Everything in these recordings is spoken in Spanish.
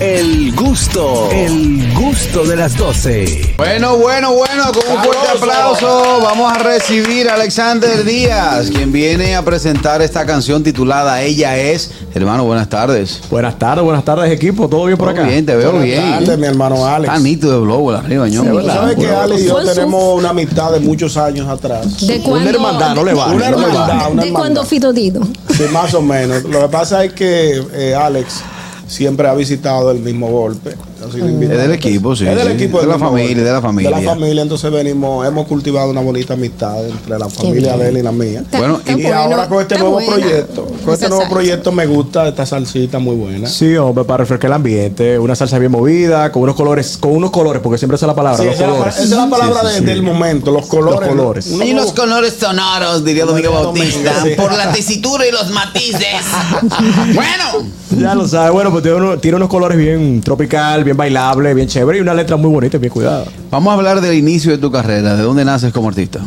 El gusto, el gusto de las 12. Bueno, bueno, bueno, con un fuerte aplauso vamos a recibir a Alexander Díaz, quien viene a presentar esta canción titulada Ella es. Hermano, buenas tardes. Buenas tardes, buenas tardes equipo, ¿todo bien por Todo acá? bien, te veo Buenas bien. Ah, tardes, mi hermano Alex. Está nítido de blow arriba, ño. Tú sabes que Ale y yo Son sus- tenemos una amistad de muchos años atrás. De cuando, hermandad, no le va. Una hermandad, una De cuando hermandad. Fido Dido. Sí, más o menos. Lo que pasa es que eh, Alex siempre ha visitado el mismo golpe. Ha sido invitado. Mm. Es del equipo, sí, Es del sí. equipo De del la mismo familia, golpe. de la familia. De la familia, entonces venimos, hemos cultivado una bonita amistad entre la familia bien. de él y la mía. Bueno, Está- y- Y está ahora con este está nuevo buena. proyecto, con este Esa nuevo salsa. proyecto me gusta esta salsita muy buena. Sí, hombre, para refrescar el ambiente, una salsa bien movida, con unos colores, con unos colores, porque siempre esa es la palabra, Sí, los esa es la- colores. esa es la palabra Sí, sí, de- sí. del momento, los colores. Los colores. Uno Y los busca- colores sonoros, diría Domingo Domingo Bautista, Domingo, sí. por la tesitura y los matices. bueno, Ya lo sabes, bueno, pues tiene, uno- tiene unos colores bien tropical, bien bailable, bien chévere y una letra muy bonita, y bien cuidada. Vamos a hablar del inicio de tu carrera, de dónde naces como artista.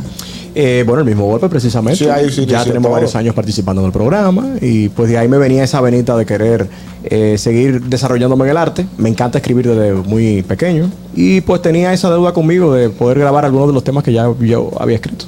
Eh, bueno, el mismo golpe precisamente. Sí, ahí sí, ya sí, tenemos todo. varios años participando en el programa y pues de ahí me venía esa venita de querer eh, seguir desarrollándome en el arte. Me encanta escribir desde muy pequeño y pues tenía esa deuda conmigo de poder grabar algunos de los temas que ya yo había escrito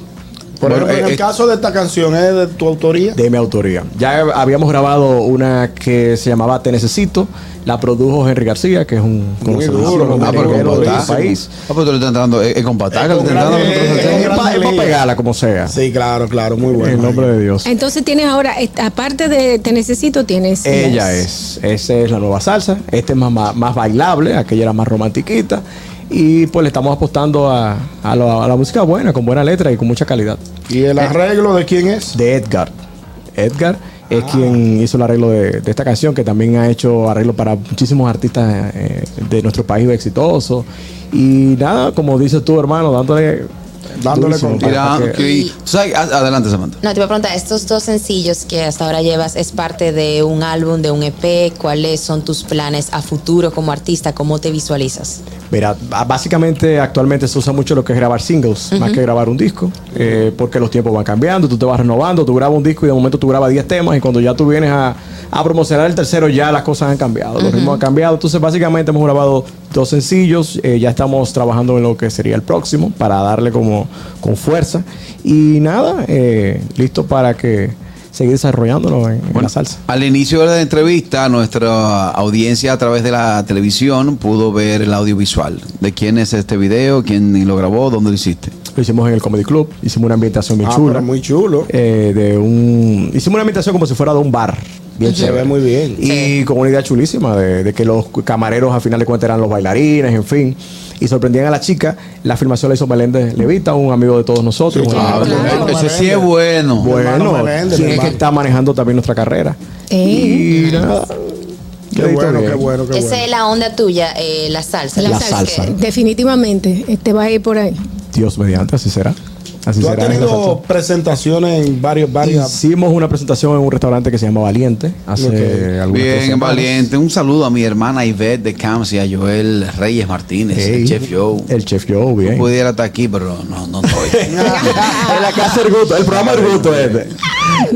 Por Bueno, ejemplo, en eh, el eh, caso de esta canción, ¿es de tu autoría? de mi autoría. Ya habíamos grabado una que se llamaba Te Necesito, la produjo Henry García, que es un Muy duro, un Ah, Ah, pero pero merenguero con del Patá. país. Ah, pero tú le estás entrando, es con Patá que le estás entrando. Eh, Es, eh, entonces, para pegarla como sea. Sí, claro, claro, muy en bueno. el nombre de Dios. Entonces tienes ahora, eh, aparte de Te Necesito, tienes. Ella las- es. Esa es la nueva salsa. Este es más, más, más bailable, aquella era más romantiquita. Y pues le estamos apostando a, a la- a la música buena, con buena letra y con mucha calidad. ¿Y el arreglo de quién es? de Edgar. Edgar es quien hizo el arreglo de, de esta canción, que también ha hecho arreglo para muchísimos artistas eh, de nuestro país exitosos. Y nada, como dices tú, hermano, dándole. Dándole durísimo con- para- Mira, para que- ok. Tú sabes- ad- Adelante, Samantha. No, te voy a preguntar, estos dos sencillos que hasta ahora llevas es parte de un álbum, de un EP, ¿cuáles son tus planes a futuro como artista? ¿Cómo te visualizas? Mira, b- básicamente actualmente se usa mucho lo que es grabar singles, más que grabar un disco, eh, porque los tiempos van cambiando, tú te vas renovando, tú grabas un disco y de momento tú grabas 10 temas y cuando ya tú vienes a, a promocionar el tercero ya las cosas han cambiado, los ritmos han cambiado, entonces básicamente hemos grabado dos sencillos, eh, ya estamos trabajando en lo que sería el próximo para darle como con fuerza y nada, eh, listo para que seguir desarrollándolo en, en la salsa. Al inicio de la entrevista, nuestra audiencia a través de la televisión pudo ver el audiovisual. ¿De quién es este video? ¿Quién lo grabó? ¿Dónde lo hiciste? Lo hicimos en el Comedy Club, hicimos una ambientación bien Ah, chula. pero muy chulo. eh, de un hicimos una invitación como si fuera de un bar bien Se chévere ve muy bien. y con una idea chulísima de, de que los camareros al final de cuentas eran los bailarines en fin y sorprendían a la chica la filmación la hizo Meléndez Levita un amigo de todos nosotros Sí, un claro, amigo de- claro. Ah, Ese sí es bueno. hermano bueno Meléndez, quien es que hermano. está manejando también nuestra carrera Eh. y nada Qué Edito bueno, bien. qué bueno, qué Esa bueno. es la onda tuya, eh, la salsa. La, La salsa. salsa. Definitivamente, eh, te vas a ir por ahí. Dios mediante así será así Tú has será en la salsa. tenido presentaciones en varios, varias. Hicimos una presentación en un restaurante que se llama Valiente hace Ok. algunas tres Bien, semanas. valiente. Un saludo a mi hermana Ivette de Camps y a Joel Reyes Martínez, Ey, el chef Joe. El chef Joe, Yo bien. pudiera estar aquí, pero no, no estoy. Ah. en la casa del gusto, el programa del gusto este.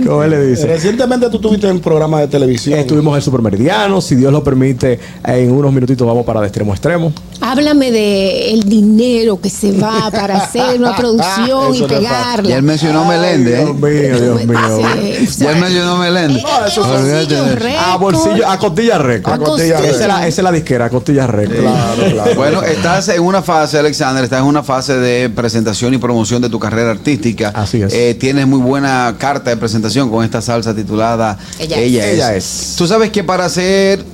¿Cómo él le dice? Recientemente tú tuviste un programa de televisión. Estuvimos en el supermeridiano, si Dios lo permite, en unos minutitos vamos para de extremo a extremo. Háblame de el dinero que se va para hacer una producción y Eso no y él es fácil. pegarla. Pues, mencionó Meléndez. Dios ¿eh? mío, Dios mío. Sí, o Ya sea, él mencionó Meléndez. eh, eh, bolsillo Olvídate de- récord. A bolsillo, a costilla récord. Ah, A costilla Esa es récord. la, esa es la disquera, a costilla récord. Claro, claro. Bueno, estás en una fase, Alexander, estás en una fase de presentación y promoción de tu carrera artística. Así es. Eh, tienes muy buena carta de presentación con esta salsa titulada Ella, Ella es. es. Ella es. Tú sabes que para ser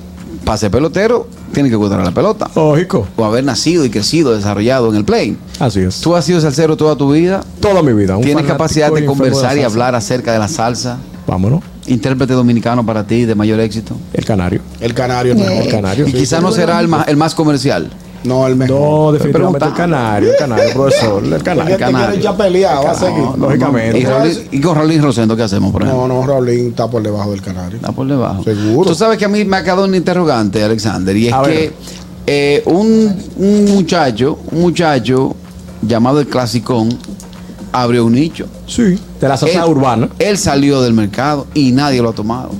pase pelotero, tienes que gustar la pelota. Lógico. O haber nacido y crecido, desarrollado en el play. Así es. Tú has sido salsero toda tu vida. Toda mi vida. un Tienes fanático capacidad de enfermo conversar y la salsa. hablar acerca de la salsa. Vámonos. Intérprete dominicano para ti de mayor éxito. El canario. el canario es mejor. El canario. Y quizá no será el más, el más comercial. No, el mejor. No, definitivamente el preguntando. canario, el canario, profesor. El Porque canario. te quieres ya pelear, va a seguir. No, lógicamente. Y, Raulín- y con Rolín Rosendo, ¿qué hacemos, por ejemplo? No, no, Raulín está por debajo del canario. Está por debajo. Seguro. Tú sabes que a mí me ha quedado un interrogante, Alexander, y es A que ver. eh, un, un muchacho, un muchacho llamado el Clasicón, abrió un nicho. Sí. De la salsa Él- urbana. Él salió del mercado y nadie lo ha tomado.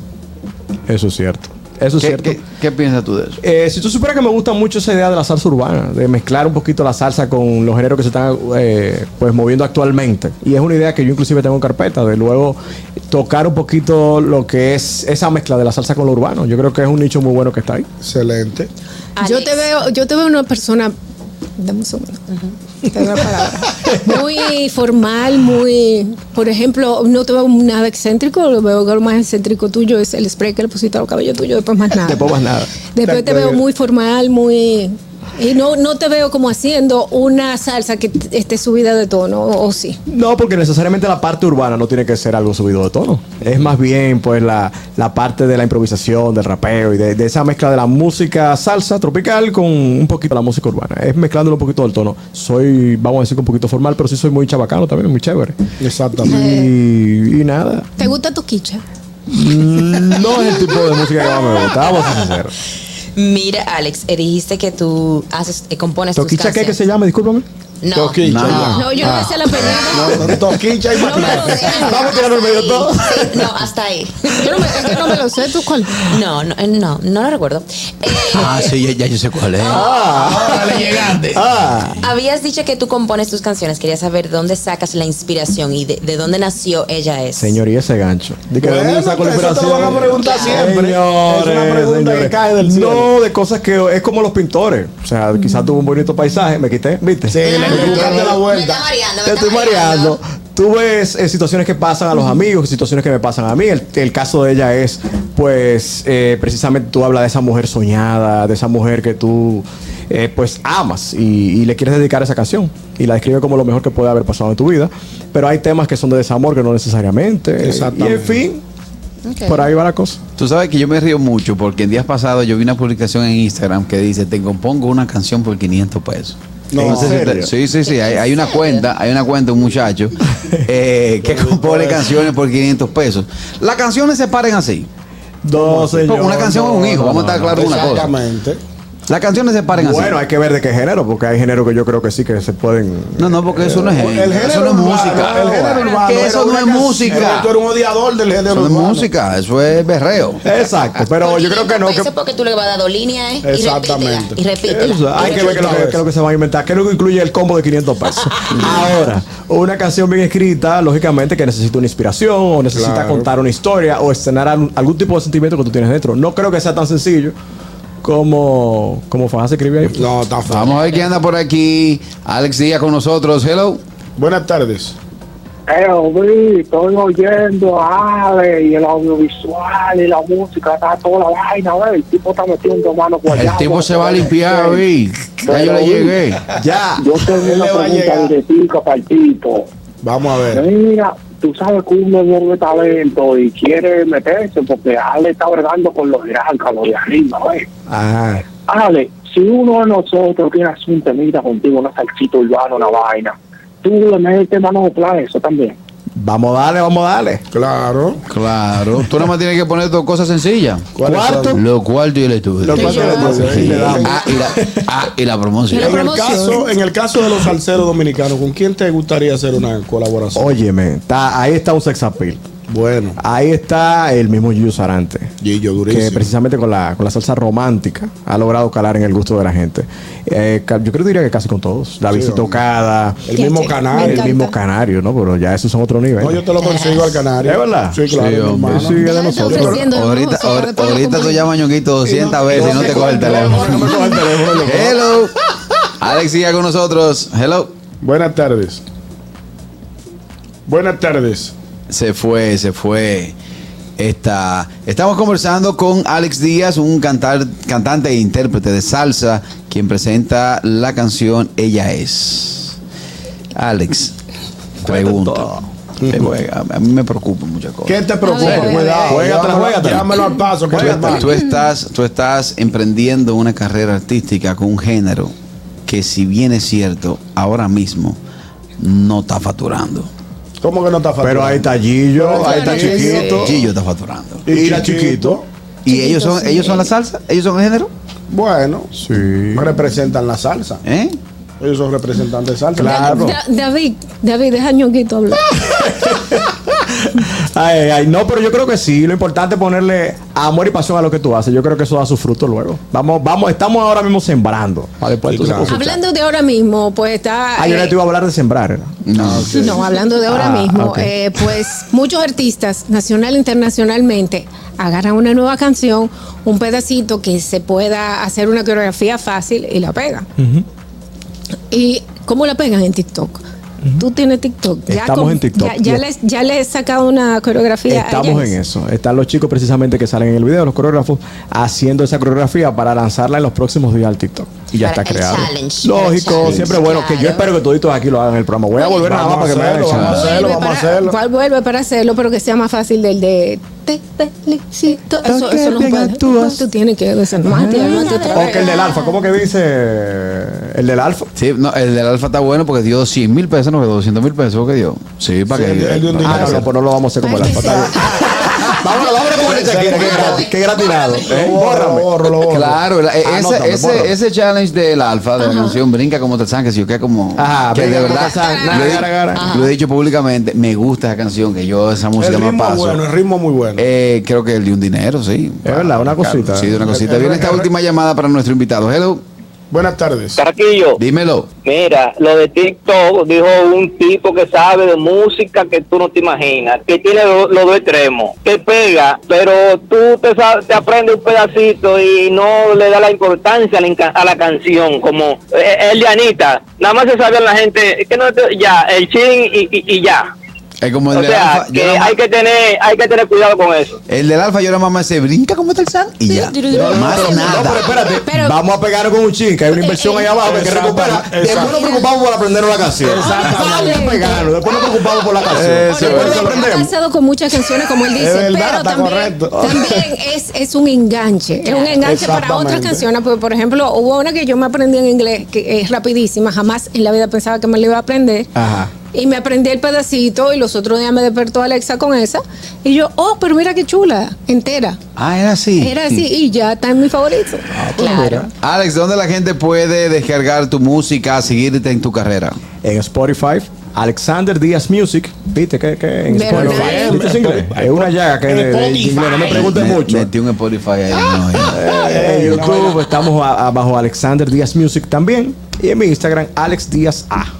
Eso es cierto. Eso es ¿Qué, cierto. qué- qué piensas tú de eso? Eh, si tú supieras que me gusta mucho esa idea de la salsa urbana, de mezclar un poquito la salsa con los géneros que se están eh, pues moviendo actualmente. Y es una idea que yo inclusive tengo en carpeta, de luego tocar un poquito lo que es esa mezcla de la salsa con lo urbano. Yo creo que es un nicho muy bueno que está ahí. Excelente. Yo Alex. te veo, yo te veo una persona, dame un segundo, te doy la palabra. Muy formal, muy, por ejemplo, no te veo nada excéntrico, lo veo que lo más excéntrico tuyo es el spray que le pusiste a los cabellos tuyos, después más nada. Después más nada. Después te Exacto, veo yo- muy formal, muy y no, no te veo como haciendo una salsa que t- esté subida de tono, o, o sí. No, porque necesariamente la parte urbana no tiene que ser algo subido de tono. Es más bien, pues, la, la parte de la improvisación, del rapeo y de, de esa mezcla de la música salsa tropical con un poquito de la música urbana. Es mezclándolo un poquito del tono. Soy, vamos a decir que un poquito formal, pero sí soy muy chabacano también, muy chévere. Exactamente. Y, y nada. Mm, ¿Te gusta tu quicha? No es el tipo de música que más me gusta, vamos a ser sinceros. Mira, Alex, eh, dijiste que tú haces, eh, compones tus ¿Toquicha qué que canciones. se llama? Discúlpame. No, Toquicha. Ah, no, No, yo no sé la apellido. No, no, toquicha y No me lo sé. Vamos a tirarlo al Hasta medio ahí. todo. Sí, no, hasta ahí. Yo no me, es que no me lo sé, ¿tú cuál? No, no, eh, no, no lo recuerdo. Eh, Ah, sí, ya, ya yo sé cuál es. Ahora le llegaste. Ah, Habías dicho que tú compones tus canciones. Quería saber dónde sacas la inspiración y de, de dónde nació ella es. señoría ese gancho. De que de Bueno, dónde saco la eso te lo inspiración. van a preguntar siempre. Señores, Es una pregunta señores. que cae del cielo. No, de cosas que es como los pintores. O sea, quizás tuve un bonito paisaje, me quité, ¿viste? Sí, le Ah, diste la me está vuelta. mareando, me Te está estoy mareando. Tú ves eh, situaciones que pasan a los amigos, situaciones que me pasan a mí. El, el caso de ella es, pues, eh, precisamente tú hablas de esa mujer soñada, de esa mujer que tú, eh, pues, amas y, y le quieres dedicar esa canción. Y la describe como lo mejor que puede haber pasado en tu vida. Pero hay temas que son de desamor, que no necesariamente. Exactamente. Y en fin, Ok. por ahí va la cosa. Tú sabes que yo me río mucho porque en días pasados yo vi una publicación en Instagram que dice, te compongo una canción por 500 pesos. No, No ¿en sé si serio? te- sí, sí, sí. Hay, hay una cuenta, hay una cuenta, un muchacho eh, que compone canciones por 500 pesos. Las canciones se paren así. No, señor, una canción es un hijo, vamos a estar claros de una cosa. Exactamente. Las canciones se paren Bueno, así. hay que ver de qué género, porque hay género que yo creo que sí que se pueden. No, no, porque eso no es El género. género eso no es urbano, música. El género urbano. que era eso no una es can- música. Tú eres un odiador del género Eso no es urbano. música, eso es berreo. Exacto, pero yo creo que no. Eso que- porque tú le vas dando línea, ¿eh? Y Exactamente. repítela, Y repítela. Eso, hay que ver qué es lo que- qué es lo que se van a inventar. ¿Qué es lo que incluye el combo de 500 pesos? Ahora, una canción bien escrita, lógicamente que necesita una inspiración o necesita Claro. contar una historia o escenar al- algún tipo de sentimiento que tú tienes dentro. No creo que sea tan sencillo como, como Faja se escribe ahí. No, está fácil. Vamos a ver quién anda por aquí. Alex Díaz con nosotros. Hello. Buenas tardes. Eh, Obi, estoy oyendo a Ale y el audiovisual y la música, está toda la vaina, ¿ves? El tipo está metiendo mano por allá. El tipo se va a limpiar, vi. Ya yo le llegué. Ya. Yo tengo Él una le va a pregunta llegar. directica para el tipo. Vamos a ver. Mira, tú sabes que uno de talento y quiere meterse porque Ale está bregando con los granjas, los de arriba, ¿ves? Ah, Ale, si uno de nosotros quiere hacer un temita contigo, una salsita urbana, una vaina, tú le metes mano para eso también. vamos a darle, vamos a darle. Claro. Claro. Tú nada más tienes que poner dos cosas sencillas. ¿Cuáles Cuarto. son? Lo cuarto y el estudio. Lo cuarto y el estudio. Sí. Ahí le damos. Ah, y la, ah, y la promoción. Y la En el, promoción. caso, en el caso de los salseros dominicanos, ¿con quién te gustaría hacer una colaboración? Óyeme, está, ahí está un sex appeal. Bueno, Ahí está el mismo Yuyu Sarante. Gillo que durísimo. precisamente con la, con la salsa romántica ha logrado calar en el gusto de la gente. Eh, ca- yo creo que diría que casi con todos. La Sí, bici hombre. tocada, El Ya, mismo ya, canal. me el encanta. mismo canario, ¿no? Pero ya esos son otro nivel. No, yo te lo consigo al canario. ¿Es verdad? Sí, claro. Sí, mi hombre. hermano. Sí, es de Ya está nosotros. ofreciendo. Ahorita, hermoso, ahor- después lo ahorita tú compartimos. llamas a Ñonguito 200 veces y no te coge el No me teléfono. coge el teléfono. Hello. Alex Díaz con nosotros. Hello. Buenas tardes. Buenas tardes. Se fue, se fue. Esta, estamos conversando con Alex Díaz, un cantar, cantante e intérprete de salsa, quien presenta la canción Ella es. Alex, pregunta. Eh, güey, A a mí me preocupa muchas cosas. ¿Qué te preocupa? A ver, Cuidado. Juégatela, Llámalo- juégatela. Llámalo al paso. Que te Tú paso. estás, tú estás emprendiendo una carrera artística con un género que, si bien es cierto, ahora mismo no está facturando. ¿Cómo que no está fácil? Pero ahí está Gillo, Pero ahí está está Gillo. Chiquito. Gillo está facturando. Y la Chiquito. ¿Y ellos son, sí. ellos son la salsa? ¿Ellos son el género? Bueno, Sí. representan la salsa. ¿Eh? Ellos son representantes de salsa. Da- Da- David, David, deja a Ñonguito hablar. Ay, ay, no, pero yo creo que sí. Lo importante es ponerle amor y pasión a lo que tú haces. Yo creo que eso da su fruto luego. Vamos, vamos, estamos ahora mismo sembrando. Para después Sí, entonces claro. cosechar. Hablando de ahora mismo, pues está. Ah, yo no eh, te iba a hablar de sembrar. ¿no? Ah, No. No, hablando de ahora Ah, mismo, ok. eh, pues muchos artistas, nacional e internacionalmente, agarran una nueva canción, un pedacito que se pueda hacer una coreografía fácil y la pegan. ¿Y cómo la pegan en TikTok? Tú tienes TikTok. Estamos en TikTok. Ya, ya Ya. les, ya le he sacado una coreografía. a Estamos en ellas. eso. Están los chicos precisamente que salen en el video, los coreógrafos, haciendo esa coreografía para lanzarla en los próximos días al TikTok. Y ya está Para el creado. challenge, para el Lógico, challenge, siempre bueno, que yo claro. espero que toditos aquí lo hagan en el programa. Voy a volver nada más Vamos para a que me hagan el hacerlo, vamos a hacerlo, challenge. Vuelve vamos a para- hacerlo. cuál vuelve para hacerlo, pero que sea más fácil del de te felicito. Eso, Porque eso no bien puede. actúas. Tú tienes que desarmarte, armarte otra O vez. que el del alfa, ¿cómo que dice el del alfa? Sí, no, el del Alfa está bueno porque dio 100 mil pesos, no que 200 mil pesos que dio. Sí, para Sí, que. él- él dio un para Ah, dinero. que- no, no, pues no lo vamos a hacer como el Ay, alfa. que está bien. Vámonos, vámonos como dice Shakira, qué gra- qué gratinado. ¿eh? Lo borro, lo Bórrame. borro, lo borro. Claro, el- ese, Anótalo, ese- bórralo. ese challenge del alfa de la canción Brinca como Tarzán, que si yo que como. Ajá, que Brinca de como verdad. Tarzán, lo gara, he- gara, gara. Lo he dicho públicamente, me gusta esa canción, que yo esa música El me ritmo es paso. bueno, el ritmo es muy bueno. Eh, creo que el de un dinero, sí. Es verdad, una cosita. Sí, de una cosita. Viene esta última llamada para nuestro invitado. Hello, Buenas tardes. Carraquillo, dímelo. mira, lo de TikTok dijo un tipo que sabe de música que tú no te imaginas, que tiene lo- los dos extremos, que pega, pero tú te, sa- te aprendes un pedacito y no le da la importancia a la, enca- a la canción, como eh, el de Anita, nada más se sabe a la gente, que no, te- ya, el chin y, y- y ya. Es como el O del sea, alfa. yo que nada más- hay que tener, hay que tener cuidado con eso. El del alfa, yo nada más me sé Brinca como Tarzán y ya. Más No, pero nada. espérate, Pero- vamos a pegar con un chin, que hay una inversión ahí abajo que hay que Exacto, recuperar. Después exacto. nos preocupamos por aprender una canción. Vamos a pegarlo, después nos preocupamos por la canción. Eso Bueno, es. después lo Está aprendemos. casado con muchas canciones, como él dice, Es verdad, pero está también, correcto. también es, es un enganche. Es un enganche para otras Exactamente. canciones. Porque, por ejemplo, hubo una que yo me aprendí en inglés, que es rapidísima. Jamás en la vida pensaba que me la iba a aprender. Ajá. Y me aprendí el pedacito y los otros días me despertó Alexa con esa. Y yo, oh, pero mira qué chula, entera. Ah, era así. Era así y ya está en mi favorito. pues Claro. Alex, ¿dónde la gente puede descargar tu música, seguirte en tu carrera? En Spotify, Alexander Díaz Music, viste que, que en Pero Spotify. nadie- Eh, es inglés. Es una llaga que En de- de Spotify. inglés, no me preguntes Me- mucho. Metí un Spotify ahí. no, ya. Eh, en YouTube estamos a- abajo Alexander Díaz Music también. Y en mi Instagram, Alex Díaz A.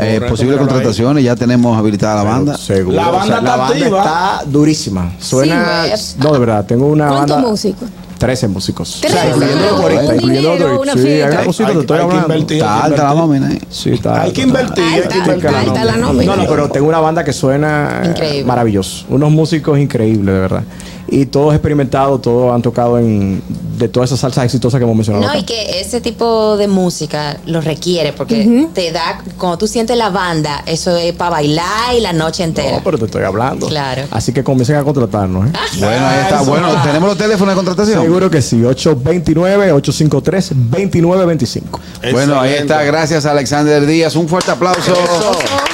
Eh, posibles contrataciones, ya tenemos habilitada la banda. Seguro, La banda está la banda activa. está durísima. Suena. güey. no, de verdad, tengo una ¿Cuántos banda. músicos? 13 músicos. Trece. incluyendo los Un coristas, incluyendo los dinero, una coristas. Sí, hay fiesta. una cosita, Hay- te estoy hay que hablando. invertir. Está alta la nómina. eh. Sí, está Hay que alta. invertir, hay que Alta, invertir. alta la nómina. No, no, pero tengo una banda que suena Increíble. maravilloso. Unos músicos increíbles, de verdad. Y todos experimentados, todos han tocado en de todas esas salsas exitosas que hemos mencionado. No, acá. y que ese tipo de música lo requiere porque te da, cuando tú sientes la banda, eso es para bailar y la noche entera. No, pero te estoy hablando. Claro. Así que comiencen a contratarnos. ¿eh? Ah, Bueno, ahí está. Bueno, tenemos los teléfonos de contratación. Seguro que sí. 829-853-2925. Bueno, ahí está. Gracias, Alexander Díaz. Un fuerte aplauso.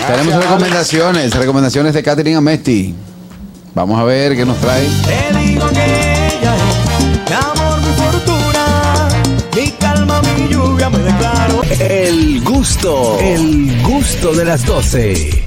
Tenemos recomendaciones. Recomendaciones de Catherine Amesti. Vamos a ver qué nos trae. Te digo que ella es mi amor, mi fortuna, mi calma, mi lluvia, me declaro. El gusto, el gusto de las doce.